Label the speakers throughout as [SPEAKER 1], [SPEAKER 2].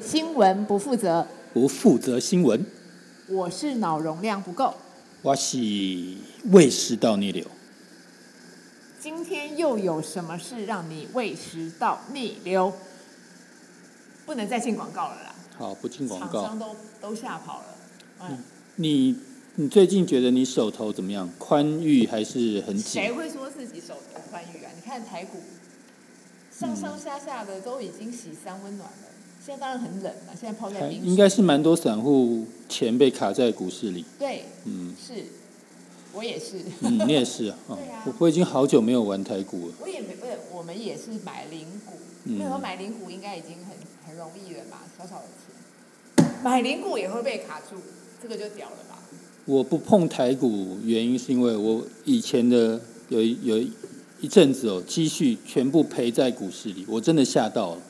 [SPEAKER 1] 新闻不负责，
[SPEAKER 2] 我负责新闻，
[SPEAKER 1] 我是脑容量不够。
[SPEAKER 2] 我是胃食道逆流。
[SPEAKER 1] 今天又有什么事让你胃食道逆流？不能再进广告了啦，
[SPEAKER 2] 好，不进广
[SPEAKER 1] 厂
[SPEAKER 2] 告
[SPEAKER 1] 商。都都吓跑了。嗯，
[SPEAKER 2] 你你最近觉得你手头怎么样？宽裕还是很
[SPEAKER 1] 谁
[SPEAKER 2] 紧？
[SPEAKER 1] 会说自己手头宽裕啊？你看台股上上下下的都已经洗三温暖了，现在当然很冷了，现在泡在
[SPEAKER 2] 还
[SPEAKER 1] 冰
[SPEAKER 2] 哎应
[SPEAKER 1] 水。
[SPEAKER 2] 该是蛮多散户钱被卡在股市里。
[SPEAKER 1] 对，
[SPEAKER 2] 嗯
[SPEAKER 1] 是，我也是，
[SPEAKER 2] 嗯，你也是啊。哦
[SPEAKER 1] 对啊
[SPEAKER 2] 我我已经好久没有玩台股了。
[SPEAKER 1] 我也没不是，我们也是买零股。
[SPEAKER 2] 嗯
[SPEAKER 1] 那时候买零股应该已经很很容易了吧，小小的钱。买零股也会被卡住，这个就屌了吧？
[SPEAKER 2] 我不碰台股，原因是因为我以前的有一有一一阵子哦，积蓄全部赔在股市里，我真的吓到了。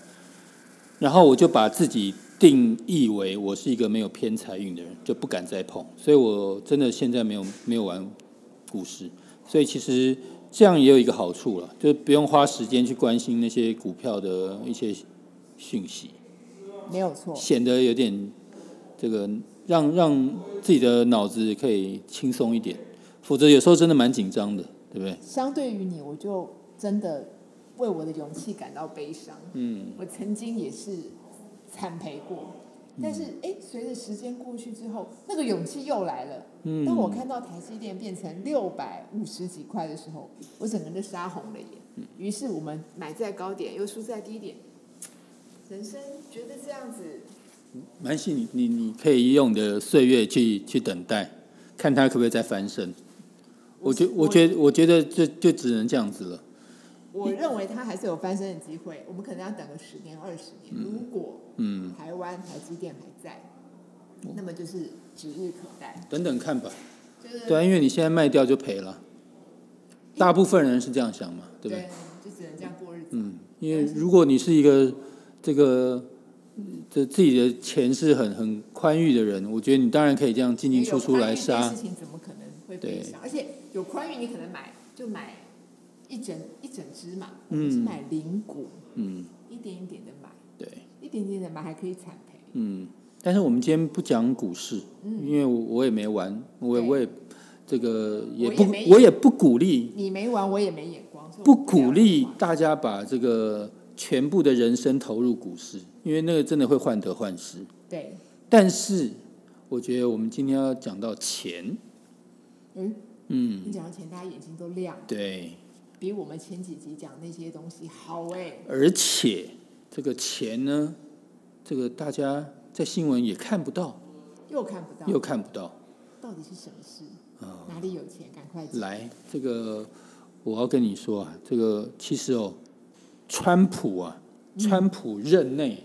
[SPEAKER 2] 然后我就把自己定义为我是一个没有偏财运的人，就不敢再碰。所以我真的现在没有没有玩股市，所以其实这样也有一个好处了，就不用花时间去关心那些股票的一些讯息。
[SPEAKER 1] 没有错
[SPEAKER 2] 显得有点这个让让自己的脑子可以轻松一点，否则有时候真的蛮紧张的，对不对？
[SPEAKER 1] 相对于你，我就真的为我的勇气感到悲伤。
[SPEAKER 2] 嗯，
[SPEAKER 1] 我曾经也是惨赔过，
[SPEAKER 2] 嗯
[SPEAKER 1] 但是哎，诶随着时间过去之后，那个勇气又来了。
[SPEAKER 2] 嗯
[SPEAKER 1] 当我看到台积电变成六百五十几块的时候，我整个人就杀红了
[SPEAKER 2] 嗯
[SPEAKER 1] 眼。于是我们买在高点，又输在低点。人生觉得这样子，
[SPEAKER 2] 蛮幸你你你可以用你的岁月去去等待，看他可不可以再翻身。我觉我觉我觉得就就只能这样子了。
[SPEAKER 1] 我认为它还是有翻身的机会。我们可能要等个十年、二十年。如果
[SPEAKER 2] 嗯，
[SPEAKER 1] 台湾台积电还在，
[SPEAKER 2] 哦
[SPEAKER 1] 那么就是指日可待。
[SPEAKER 2] 等等看吧。
[SPEAKER 1] 就是
[SPEAKER 2] 对啊，因为你现在卖掉就赔了，大部分人是这样想嘛，对不对？
[SPEAKER 1] 就只能这样过日子。
[SPEAKER 2] 嗯，因为如果你是一个这个这自己的钱是很很宽裕的人，我觉得你当然可以这样进进出出来
[SPEAKER 1] 有宽
[SPEAKER 2] 杀
[SPEAKER 1] 裕这件事。情怎么可能会悲伤？而且有宽裕，你可能买就买一整一整只嘛，我们是
[SPEAKER 2] 嗯
[SPEAKER 1] 买零股，
[SPEAKER 2] 嗯，
[SPEAKER 1] 一点一点的买，
[SPEAKER 2] 对，
[SPEAKER 1] 一点点的买还可以惨赔。
[SPEAKER 2] 嗯。但是我们今天不讲股市，因为我我也没玩，我
[SPEAKER 1] 嗯
[SPEAKER 2] 也
[SPEAKER 1] 对
[SPEAKER 2] 我也这个也
[SPEAKER 1] 我也
[SPEAKER 2] 不
[SPEAKER 1] 没
[SPEAKER 2] 我也不鼓励
[SPEAKER 1] 你没玩，我也没眼光，所以
[SPEAKER 2] 嗯不
[SPEAKER 1] 我们要
[SPEAKER 2] 鼓励
[SPEAKER 1] 玩
[SPEAKER 2] 大家把这个全部的人生投入股市，因为那个真的会患得患失。
[SPEAKER 1] 对，
[SPEAKER 2] 但是我觉得我们今天要讲到钱，
[SPEAKER 1] 嗯，
[SPEAKER 2] 嗯，
[SPEAKER 1] 你讲到钱，大家眼睛都亮，
[SPEAKER 2] 对。
[SPEAKER 1] 比我们前几集讲那些东西好哎、
[SPEAKER 2] 而且这个钱呢，这个大家在新闻也看不到，
[SPEAKER 1] 又看不到，
[SPEAKER 2] 又看不到。啊
[SPEAKER 1] 到底是什么事？哪里有钱？赶
[SPEAKER 2] 嗯
[SPEAKER 1] 快讲。
[SPEAKER 2] 来，这个我要跟你说啊，这个其实哦，川普啊，川普任内，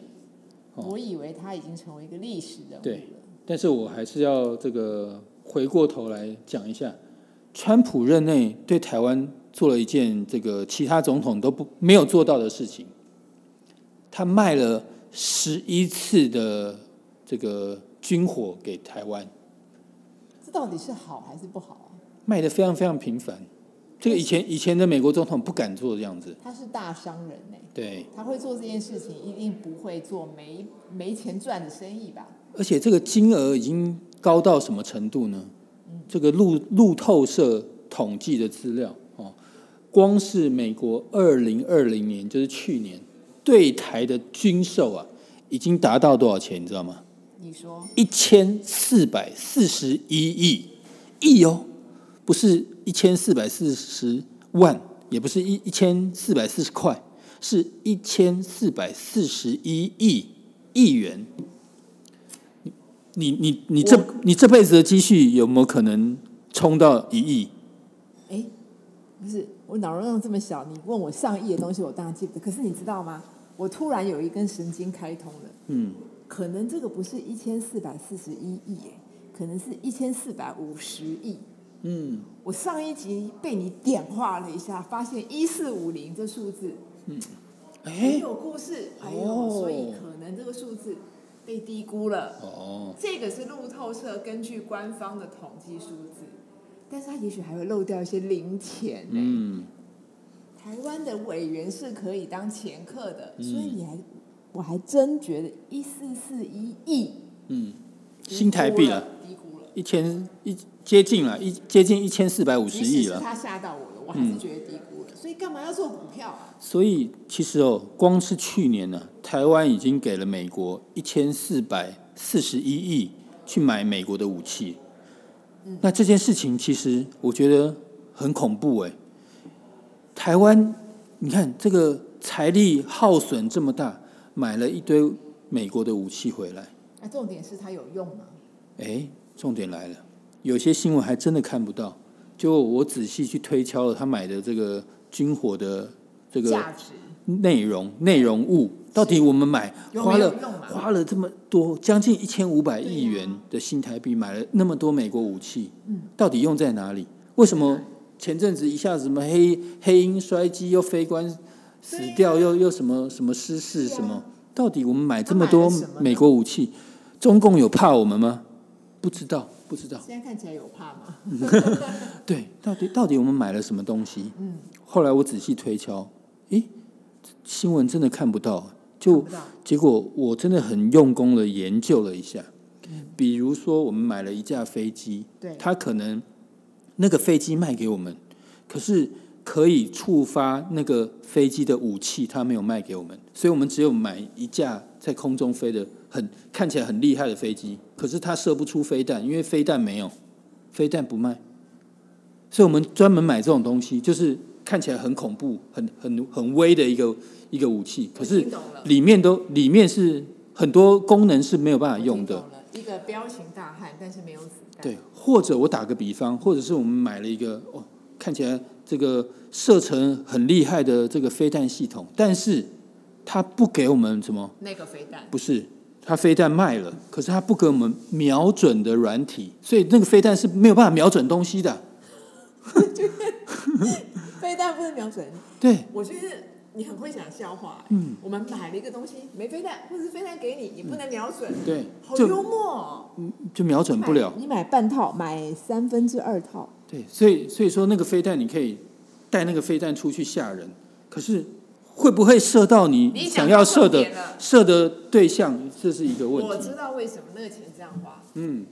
[SPEAKER 2] 哦
[SPEAKER 1] 我以为他已经成为一个历史人物
[SPEAKER 2] 对
[SPEAKER 1] 了。
[SPEAKER 2] 但是我还是要这个回过头来讲一下，川普任内对台湾做了一件这个其他总统都不没有做到的事情，他卖了十一次的这个军火给台湾。
[SPEAKER 1] 这到底是好还是不好啊？
[SPEAKER 2] 卖的非常非常频繁。这个以前以前的美国总统不敢做这样子，
[SPEAKER 1] 他是大商人呢、
[SPEAKER 2] 对，
[SPEAKER 1] 他会做这件事情，一定不会做没没钱赚的生意吧？
[SPEAKER 2] 而且这个金额已经高到什么程度呢？这个路路透社统计的资料哦，光是美国二零二零年，就是去年对台的军售啊，已经达到多少钱？你知道吗？
[SPEAKER 1] 你说
[SPEAKER 2] 一千四百四十一亿亿哦，不是一千四百四十万，也不是一一千四百四十块，是一千四百四十一亿亿元。你你你你这
[SPEAKER 1] 我
[SPEAKER 2] 你这辈子的积蓄有没有可能冲到一亿？
[SPEAKER 1] 不是？我脑容量这么小，你问我上亿的东西，我当然记不得。可是你知道吗？我突然有一根神经开通了，
[SPEAKER 2] 嗯，
[SPEAKER 1] 可能这个不是一千四百四十一亿，哎，可能是一千四百五十亿。
[SPEAKER 2] 嗯，
[SPEAKER 1] 我上一集被你点化了一下，发现一四五零这数字很
[SPEAKER 2] 哎，
[SPEAKER 1] 有故事，哎呦，
[SPEAKER 2] 哦
[SPEAKER 1] 所以可能这个数字被低估了。
[SPEAKER 2] 哦，
[SPEAKER 1] 这个是路透社根据官方的统计数字，但是它也许还会漏掉一些零钱呢、
[SPEAKER 2] 嗯，
[SPEAKER 1] 台湾
[SPEAKER 2] 嗯
[SPEAKER 1] 的委员是可以当掮客的，所以你还我还真觉得一四四一亿，
[SPEAKER 2] 嗯，新台币啊
[SPEAKER 1] 了
[SPEAKER 2] 了，，
[SPEAKER 1] 低估了，
[SPEAKER 2] 一千一接近了，一接近一千四百五十
[SPEAKER 1] 即使
[SPEAKER 2] 亿啊嗯
[SPEAKER 1] 是
[SPEAKER 2] 了。
[SPEAKER 1] 他吓到我了，我还是觉得低估了，所以干嘛要做股票啊？
[SPEAKER 2] 所以其实哦，光是去年呢、台湾已经给了美国一千四百四十一亿去买美国的武器。那这件事情其实我觉得很恐怖哎。台湾，你看这个财力耗损这么大，买了一堆美国的武器回来。
[SPEAKER 1] 那啊重点是它有用吗？
[SPEAKER 2] 哎，重点来了，有些新闻还真的看不到。就我仔细去推敲了他买的这个军火的这个
[SPEAKER 1] 价值
[SPEAKER 2] 内容内容物，到底我们买
[SPEAKER 1] 有
[SPEAKER 2] 花
[SPEAKER 1] 没有
[SPEAKER 2] 了
[SPEAKER 1] 用嘛
[SPEAKER 2] 花了这么多，将近一千五百
[SPEAKER 1] 对
[SPEAKER 2] 亿
[SPEAKER 1] 呀
[SPEAKER 2] 元的新台币买了那么多美国武器，
[SPEAKER 1] 嗯
[SPEAKER 2] 到底用在哪里？为什么前阵子一下子什么黑黑鹰摔机又飞官死掉，又又什么什么失事
[SPEAKER 1] 对呀
[SPEAKER 2] 什么？到底我们买
[SPEAKER 1] 他
[SPEAKER 2] 这么
[SPEAKER 1] 买了
[SPEAKER 2] 多
[SPEAKER 1] 什么呢
[SPEAKER 2] 美国武器，中共有怕我们吗？不知道，不知道。
[SPEAKER 1] 现在看起来有怕吗？
[SPEAKER 2] 对，到底到底我们买了什么东西？
[SPEAKER 1] 嗯，
[SPEAKER 2] 后来我仔细推敲，诶，新闻真的看不到，啊就
[SPEAKER 1] 看不到
[SPEAKER 2] 结果我真的很用功的研究了一下，比如说我们买了一架飞机，
[SPEAKER 1] 对，
[SPEAKER 2] 它可能那个飞机卖给我们，可是可以触发那个飞机的武器，它没有卖给我们，所以我们只有买一架在空中飞的很看起来很厉害的飞机，可是它射不出飞弹，因为飞弹没有，飞弹不卖，所以我们专门买这种东西，就是看起来很恐怖、很很很威的一个一个武器，可
[SPEAKER 1] 我
[SPEAKER 2] 是
[SPEAKER 1] 听懂了
[SPEAKER 2] 里面都里面是很多功能是没有办法用的
[SPEAKER 1] 我。听懂了一个彪形大汉，但是没有子弹。
[SPEAKER 2] 对，或者我打个比方，或者是我们买了一个哦，看起来这个射程很厉害的这个飞弹系统，但是它不给我们什么？
[SPEAKER 1] 那个飞弹，
[SPEAKER 2] 不是，它飞弹卖了，可是它不给我们瞄准的软体，所以那个飞弹是没有办法瞄准东西的。
[SPEAKER 1] 飞弹不能瞄准。
[SPEAKER 2] 对，
[SPEAKER 1] 我觉得你很会讲笑话、嗯，我们买了一个东西没飞弹，或者是飞弹给你，你不能瞄准。
[SPEAKER 2] 对
[SPEAKER 1] 好
[SPEAKER 2] 就
[SPEAKER 1] 幽默、哦。
[SPEAKER 2] 就瞄准不了。
[SPEAKER 1] 你买半套，买三分之二套，
[SPEAKER 2] 对，所以所以说那个飞弹你可以带那个飞弹出去吓人，可是会不会射到
[SPEAKER 1] 你
[SPEAKER 2] 你
[SPEAKER 1] 讲
[SPEAKER 2] 想要
[SPEAKER 1] 到
[SPEAKER 2] 射
[SPEAKER 1] 重
[SPEAKER 2] 的
[SPEAKER 1] 点了
[SPEAKER 2] 射的对象？这是一个问
[SPEAKER 1] 我
[SPEAKER 2] 题
[SPEAKER 1] 知。道为什么那个钱这样花。
[SPEAKER 2] 嗯，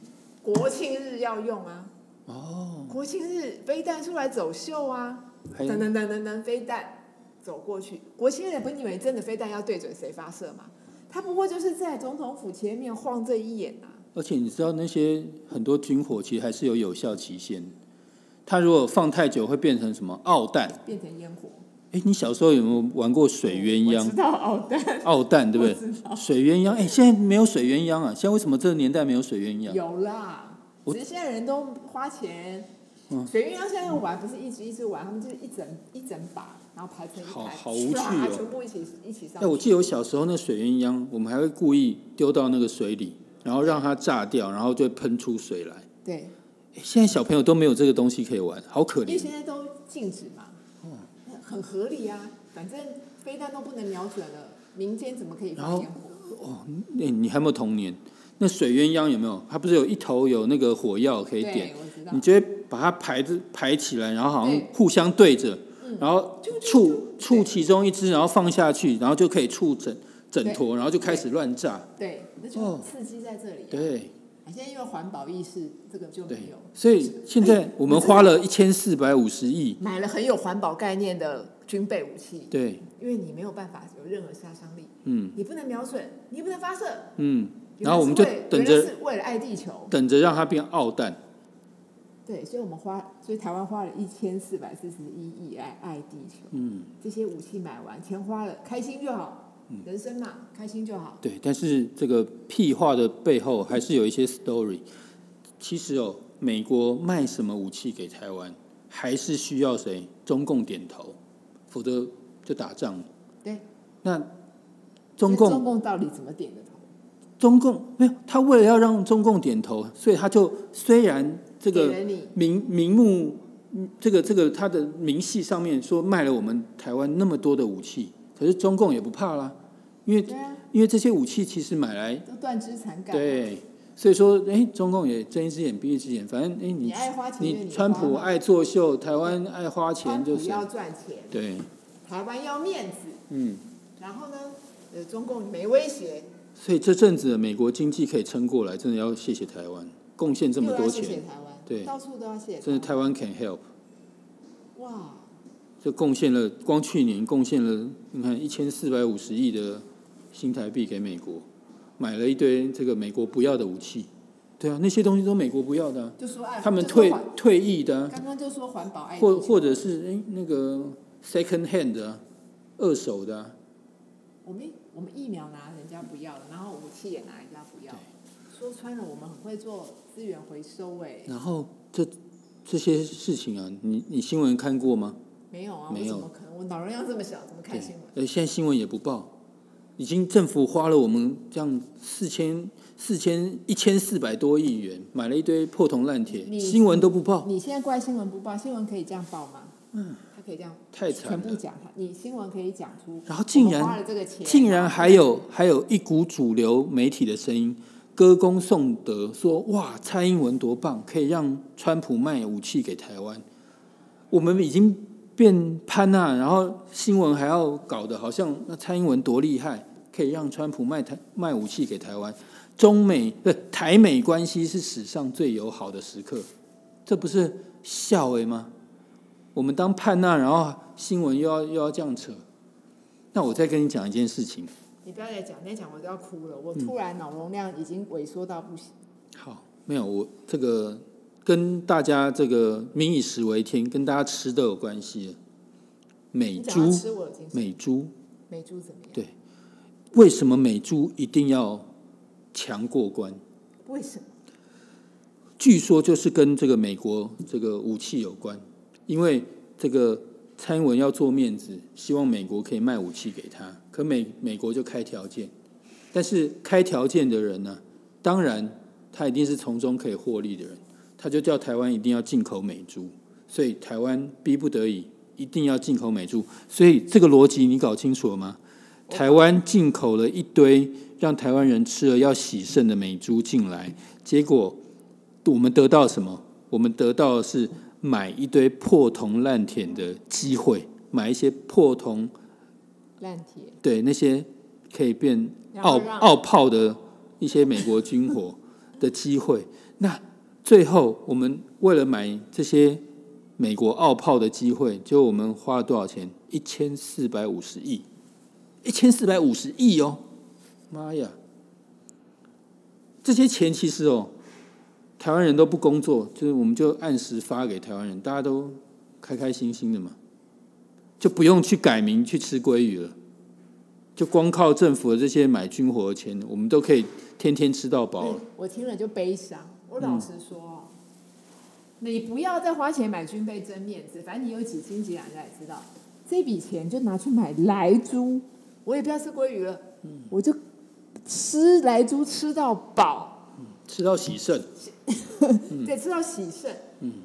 [SPEAKER 1] 国庆日要用啊，
[SPEAKER 2] 哦。
[SPEAKER 1] 国庆日飞弹出来走秀啊，
[SPEAKER 2] 还
[SPEAKER 1] 等等等等等飞弹走过去。国庆日不你以为真的飞弹要对准谁发射吗？他不过就是在总统府前面晃这一眼啊。
[SPEAKER 2] 而且你知道那些很多军火其实还是有有效期限，它如果放太久会变成什么奥弹？
[SPEAKER 1] 变成烟火。
[SPEAKER 2] 哎，你小时候有没有玩过水鸳
[SPEAKER 1] 我
[SPEAKER 2] 鸯
[SPEAKER 1] 知？道哦，但
[SPEAKER 2] 奥弹对不
[SPEAKER 1] 我知
[SPEAKER 2] 对？水鸳鸯，哎，现在没有水鸳鸯啊！现在为什么这个年代没有水鸳鸯？
[SPEAKER 1] 有啦，
[SPEAKER 2] 我
[SPEAKER 1] 只是现在人都花钱
[SPEAKER 2] 嗯。
[SPEAKER 1] 水鸳鸯现在玩不是一只一只玩，他们就是一整一整把，然后排成一排，
[SPEAKER 2] 好好无趣哦
[SPEAKER 1] 唰全部一起一起上
[SPEAKER 2] 哎，。我记得我小时候那水鸳鸯，我们还会故意丢到那个水里，然后让它炸掉，然后就喷出水来。
[SPEAKER 1] 对，
[SPEAKER 2] 哎现在小朋友都没有这个东西可以玩，好可
[SPEAKER 1] 因为
[SPEAKER 2] 怜哦
[SPEAKER 1] 现。在都禁止嘛，
[SPEAKER 2] 嗯
[SPEAKER 1] 那很合理啊。反正飞弹都不能瞄准了，民间怎么可以
[SPEAKER 2] 然
[SPEAKER 1] 放
[SPEAKER 2] 后
[SPEAKER 1] 烟火？
[SPEAKER 2] 哎，你还有没有童年？那水鸳鸯有没有？它不是有一头有那个火药可以点
[SPEAKER 1] 对，？我知道
[SPEAKER 2] 你。就会把它排着排起来，然后好像
[SPEAKER 1] 对嗯
[SPEAKER 2] 互相对着，然后
[SPEAKER 1] 就就
[SPEAKER 2] 触
[SPEAKER 1] 就
[SPEAKER 2] 触
[SPEAKER 1] 对
[SPEAKER 2] 其中一只，然后放下去，然后就可以触整整坨，然后就开始乱炸。
[SPEAKER 1] 对，那就
[SPEAKER 2] 哦
[SPEAKER 1] 刺激在这里、啊。
[SPEAKER 2] 对
[SPEAKER 1] 啊现在因为环保意识，这个就
[SPEAKER 2] 对
[SPEAKER 1] 没有。，哎
[SPEAKER 2] 所以现在我们花了一千四百五十亿，
[SPEAKER 1] 买了很有环保概念的军备武器，
[SPEAKER 2] 对，
[SPEAKER 1] 因为你没有办法有任何杀伤力，
[SPEAKER 2] 嗯
[SPEAKER 1] 你不能瞄准，你也不能发射。
[SPEAKER 2] 嗯，
[SPEAKER 1] 原来
[SPEAKER 2] 然后我们就是
[SPEAKER 1] 为
[SPEAKER 2] 等
[SPEAKER 1] 原来
[SPEAKER 2] 着
[SPEAKER 1] 是为了爱地球，
[SPEAKER 2] 等着让它变傲蛋。
[SPEAKER 1] 对，所以我们花，所以台湾花了一千四百四十一亿爱爱地球，
[SPEAKER 2] 嗯，
[SPEAKER 1] 这些武器买完，钱花了，开心就好，人生嘛，开心就好。
[SPEAKER 2] 对，但是这个屁话的背后还是有一些 story。其实哦，美国卖什么武器给台湾，还是需要谁中共点头，否则就打仗了。
[SPEAKER 1] 对，
[SPEAKER 2] 那
[SPEAKER 1] 所
[SPEAKER 2] 中
[SPEAKER 1] 以中
[SPEAKER 2] 共
[SPEAKER 1] 共到底怎么点的头？
[SPEAKER 2] 中共没有，他为了要让中共点头，所以他就虽然这
[SPEAKER 1] 给
[SPEAKER 2] 个
[SPEAKER 1] 了你，
[SPEAKER 2] 名名目，嗯这个这个他的明细上面说卖了我们台湾那么多的武器，可是中共也不怕啦，因为
[SPEAKER 1] 对啊，
[SPEAKER 2] 因为这些武器其实买来
[SPEAKER 1] 都断枝残干。，
[SPEAKER 2] 对，所以说哎，中共也睁一只眼闭一只眼，反正哎
[SPEAKER 1] 你
[SPEAKER 2] 你
[SPEAKER 1] 爱花钱，
[SPEAKER 2] 你川普
[SPEAKER 1] 爱
[SPEAKER 2] 爱作秀，台湾爱花钱
[SPEAKER 1] 川
[SPEAKER 2] 就
[SPEAKER 1] 普
[SPEAKER 2] 是
[SPEAKER 1] 要赚钱，
[SPEAKER 2] 对，
[SPEAKER 1] 台湾要面子，
[SPEAKER 2] 嗯。
[SPEAKER 1] 然后呢，呃，中共没威胁，
[SPEAKER 2] 所以这阵子美国经济可以撑过来，真的要谢谢台湾，贡献这么
[SPEAKER 1] 又
[SPEAKER 2] 多
[SPEAKER 1] 要谢谢
[SPEAKER 2] 钱，
[SPEAKER 1] 台湾，
[SPEAKER 2] 对
[SPEAKER 1] 到处都要谢谢
[SPEAKER 2] 真的
[SPEAKER 1] 台
[SPEAKER 2] 台湾 can help，
[SPEAKER 1] 湾，哇，
[SPEAKER 2] 就贡献了，光去年贡献了，你看一千四百五十亿的新台币给美国，买了一堆这个美国不要的武器，对啊，那些东西都美国不要的啊、
[SPEAKER 1] 就说爱，
[SPEAKER 2] 他们
[SPEAKER 1] 就说
[SPEAKER 2] 退
[SPEAKER 1] 环
[SPEAKER 2] 退役的啊、
[SPEAKER 1] 刚刚就说环保爱地
[SPEAKER 2] 或
[SPEAKER 1] 球，
[SPEAKER 2] 或者是哎那个 second hand 的啊、二手的啊、
[SPEAKER 1] 我们我们疫苗拿人家不要了，然后武器也拿人家不要了，说穿了我们很会做资源回收哎、
[SPEAKER 2] 然后这这些事情啊，你你新闻看过吗？
[SPEAKER 1] 没有啊，
[SPEAKER 2] 没有
[SPEAKER 1] 我怎么可能？我脑容量这么小，怎么看
[SPEAKER 2] 对
[SPEAKER 1] 新闻？
[SPEAKER 2] 呃，现在新闻也不报，已经政府花了我们这样四千四千一千四百多亿元买了一堆破铜烂铁，
[SPEAKER 1] 你
[SPEAKER 2] 新闻都不报，
[SPEAKER 1] 你现在怪新闻不报，新闻可以这样报吗？嗯，他可以这样
[SPEAKER 2] 太
[SPEAKER 1] 全
[SPEAKER 2] 惨
[SPEAKER 1] 部
[SPEAKER 2] 了。
[SPEAKER 1] 讲他，你新闻可以讲出，
[SPEAKER 2] 然后竟
[SPEAKER 1] 我们花
[SPEAKER 2] 然
[SPEAKER 1] 了这个钱，
[SPEAKER 2] 竟然还有还有一股主流媒体的声音歌功颂德，说哇蔡英文多棒，可以让川普卖武器给台湾。我们已经变潘娜，然后新闻还要搞得好像那蔡英文多厉害，可以让川普卖台卖武器给台湾。中美不是台美关系是史上最友好的时刻，这不是笑诶吗？我们当叛难，然后新闻又要又要这样扯。那我再跟你讲一件事情，
[SPEAKER 1] 你不要再讲，再讲我都要哭了。
[SPEAKER 2] 嗯
[SPEAKER 1] 我突然脑容量已经萎缩到不行。
[SPEAKER 2] 好，没有我这个跟大家这个民以食为天，跟大家吃的有关系。美
[SPEAKER 1] 你讲到
[SPEAKER 2] 猪，
[SPEAKER 1] 吃我有精神。
[SPEAKER 2] 美猪，
[SPEAKER 1] 美猪怎么样？
[SPEAKER 2] 为什么美猪一定要强过关？
[SPEAKER 1] 为什么？
[SPEAKER 2] 据说就是跟这个美国这个武器有关，因为这个蔡英文要做面子，希望美国可以卖武器给他，可美美国就开条件，但是开条件的人呢，当然他一定是从中可以获利的人，他就叫台湾一定要进口美猪，所以台湾逼不得已一定要进口美猪，所以这个逻辑你搞清楚了吗？台湾进口了一堆让台湾人吃了要洗肾的美猪进来，结果我们得到什么？我们得到的是买一堆破铜烂铁的机会，买一些破铜
[SPEAKER 1] 烂铁。
[SPEAKER 2] 对那些可以变
[SPEAKER 1] 然
[SPEAKER 2] 奥
[SPEAKER 1] 后让
[SPEAKER 2] 奥炮的一些美国军 火的机会。那最后我们为了买这些美国奥炮的机会，就我们花了多少钱？一千四百五十亿，一千四百五十亿哦！妈呀，这些钱其实哦，台湾人都不工作，就是我们就按时发给台湾人，大家都开开心心的嘛，就不用去改名去吃鲑鱼了。就光靠政府的这些买军火的钱，我们都可以天天吃到饱了。
[SPEAKER 1] 我听了就悲伤。我老实说哦，
[SPEAKER 2] 嗯
[SPEAKER 1] 你不要再花钱买军备争面子，反正你有几斤几两，人家也知道。这笔钱就拿去买来猪，我也不要吃鲑鱼了，
[SPEAKER 2] 嗯
[SPEAKER 1] 我就吃来猪吃到饱。
[SPEAKER 2] 吃到喜盛，嗯
[SPEAKER 1] 对，吃到喜盛，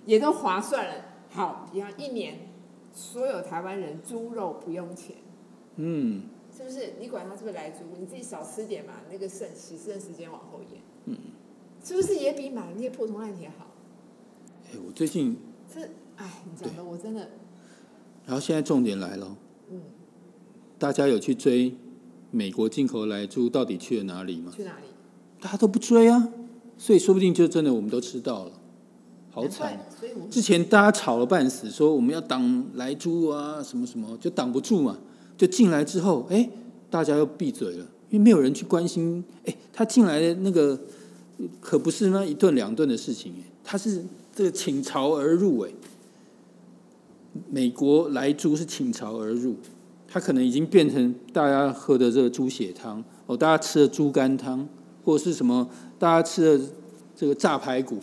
[SPEAKER 1] 也都划算了。好，比方一年，所有台湾人猪肉不用钱，
[SPEAKER 2] 嗯，
[SPEAKER 1] 是不是？你管它是不是来猪，你自己少吃点嘛，那个剩喜盛时间往后延，
[SPEAKER 2] 嗯
[SPEAKER 1] 是不是也比买那些破铜烂铁好？
[SPEAKER 2] 哎、我最近，
[SPEAKER 1] 这，哎，你讲的我真的，
[SPEAKER 2] 然后现在重点来了，哦
[SPEAKER 1] 嗯，
[SPEAKER 2] 大家有去追美国进口来猪到底去了哪里吗？
[SPEAKER 1] 去哪里？
[SPEAKER 2] 大家都不追啊，所以说不定就真的我们都吃到了，好惨
[SPEAKER 1] 难
[SPEAKER 2] 啊。
[SPEAKER 1] 怪！所以我
[SPEAKER 2] 之前大家吵了半死，说我们要挡来猪啊，什么什么，就挡不住嘛。就进来之后，哎，大家又闭嘴了，因为没有人去关心。哎，他进来的那个可不是那一顿两顿的事情，哎他是这个倾巢而入，哎，美国来猪是倾巢而入，它可能已经变成大家喝的这个猪血汤，哦，大家吃的猪肝汤，或者是什么，大家吃的这个炸排骨。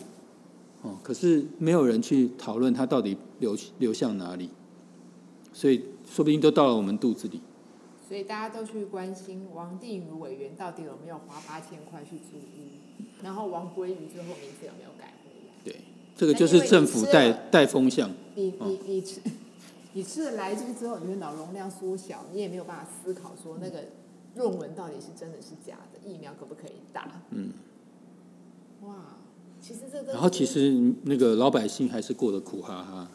[SPEAKER 2] 哦，可是没有人去讨论它到底流流向哪里，所以说不定都到了我们肚子里。
[SPEAKER 1] 所以大家都去关心王定宇委员到底有没有花八千块去租屋，然后王鲑鱼最后名字有没有改回来？
[SPEAKER 2] 对，这个就是政府带带风向。
[SPEAKER 1] 你
[SPEAKER 2] 嗯
[SPEAKER 1] 你你吃，你吃了来猪之后，你的脑容量缩小，你也没有办法思考说那个论文到底是真的是假的，疫苗可不可以打？
[SPEAKER 2] 嗯。
[SPEAKER 1] 哇，其实这都
[SPEAKER 2] 然后
[SPEAKER 1] 是
[SPEAKER 2] 其实那个老百姓还是过得苦哈哈，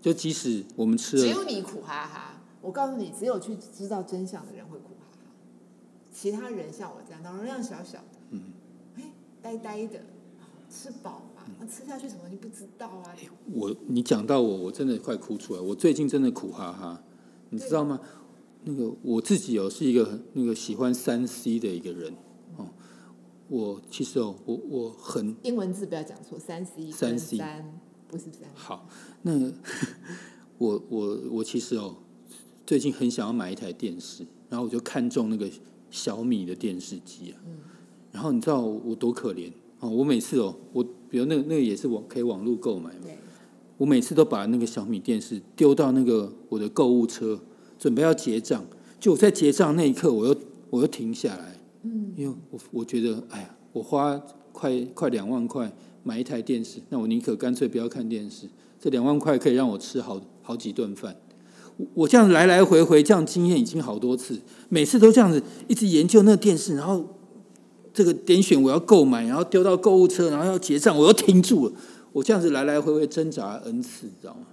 [SPEAKER 2] 就即使我们吃
[SPEAKER 1] 只
[SPEAKER 2] 了，
[SPEAKER 1] 有你苦哈哈，我告诉你，只有去知道真相的人会苦哈哈，其他人像我这样，脑容量小小的，
[SPEAKER 2] 嗯，
[SPEAKER 1] 哎，呆呆的，吃饱嘛，那吃下去什么你不知道啊？
[SPEAKER 2] 我你讲到我，我真的快哭出来。我最近真的苦哈哈，你知道吗？那个我自己哦，是一个那个喜欢三 C 的一个人哦。我其实哦，我我很
[SPEAKER 1] 英文字不要讲错，三 C
[SPEAKER 2] 三
[SPEAKER 1] 跟
[SPEAKER 2] C
[SPEAKER 1] 三不是三，
[SPEAKER 2] 好。那个我我我其实哦，最近很想要买一台电视，然后我就看中那个小米的电视机啊。
[SPEAKER 1] 嗯
[SPEAKER 2] 然后你知道我我多可怜哦！我每次哦，我比如那个那个也是网可以网络购买嘛。
[SPEAKER 1] 对，
[SPEAKER 2] 我每次都把那个小米电视丢到那个我的购物车，准备要结账。就我在结账那一刻，我又我又停下来，
[SPEAKER 1] 嗯，
[SPEAKER 2] 因为我我觉得，哎呀，我花快快两万块买一台电视，那我宁可干脆不要看电视。这两万块可以让我吃好好几顿饭。我我这样来来回回这样经验已经好多次，每次都这样子一直研究那个电视，然后这个点选我要购买，然后丢到购物车，然后要结账，我又停住了。我这样子来来回回挣扎 n 次，你知道吗？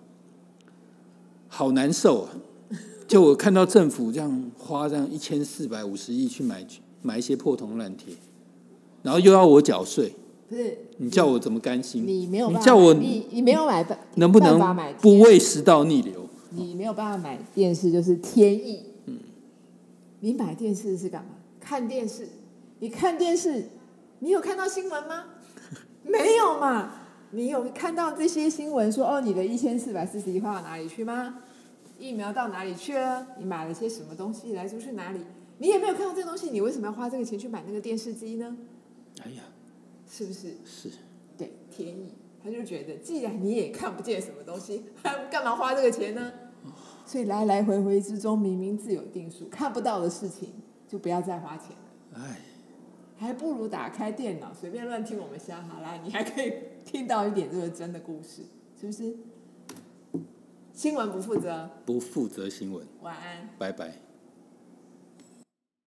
[SPEAKER 2] 好难受啊！就我看到政府这样花这样一千四百五十亿去买买一些破铜烂铁，然后又要我缴税，
[SPEAKER 1] 不是
[SPEAKER 2] 你叫我怎么甘心？
[SPEAKER 1] 你没有
[SPEAKER 2] 你
[SPEAKER 1] 办法，
[SPEAKER 2] 叫我
[SPEAKER 1] 你你没有买办，
[SPEAKER 2] 能不
[SPEAKER 1] 办法买
[SPEAKER 2] 能
[SPEAKER 1] 电
[SPEAKER 2] 不喂食到逆流？
[SPEAKER 1] 你没有办法买电视，就是天意。嗯，你买电视是干嘛？看电视。你看电视，你有看到新闻吗？没有嘛。你有看到这些新闻说哦，你的一千四百四十一花到哪里去吗？疫苗到哪里去了？你买了些什么东西？来租去哪里？你也没有看到这东西，你为什么要花这个钱去买那个电视机呢？
[SPEAKER 2] 哎呀，
[SPEAKER 1] 是不是？
[SPEAKER 2] 是
[SPEAKER 1] 对，天意，他就觉得既然你也看不见什么东西， 还干嘛花这个钱呢？所以来来回回之中，明明自有定数，看不到的事情就不要再花钱了，
[SPEAKER 2] 哎，
[SPEAKER 1] 还不如打开电脑随便乱听我们瞎哈啦，你还可以听到一点这个真的故事，是不是？新闻不负责，
[SPEAKER 2] 不负责新闻，
[SPEAKER 1] 晚安。
[SPEAKER 2] 拜拜。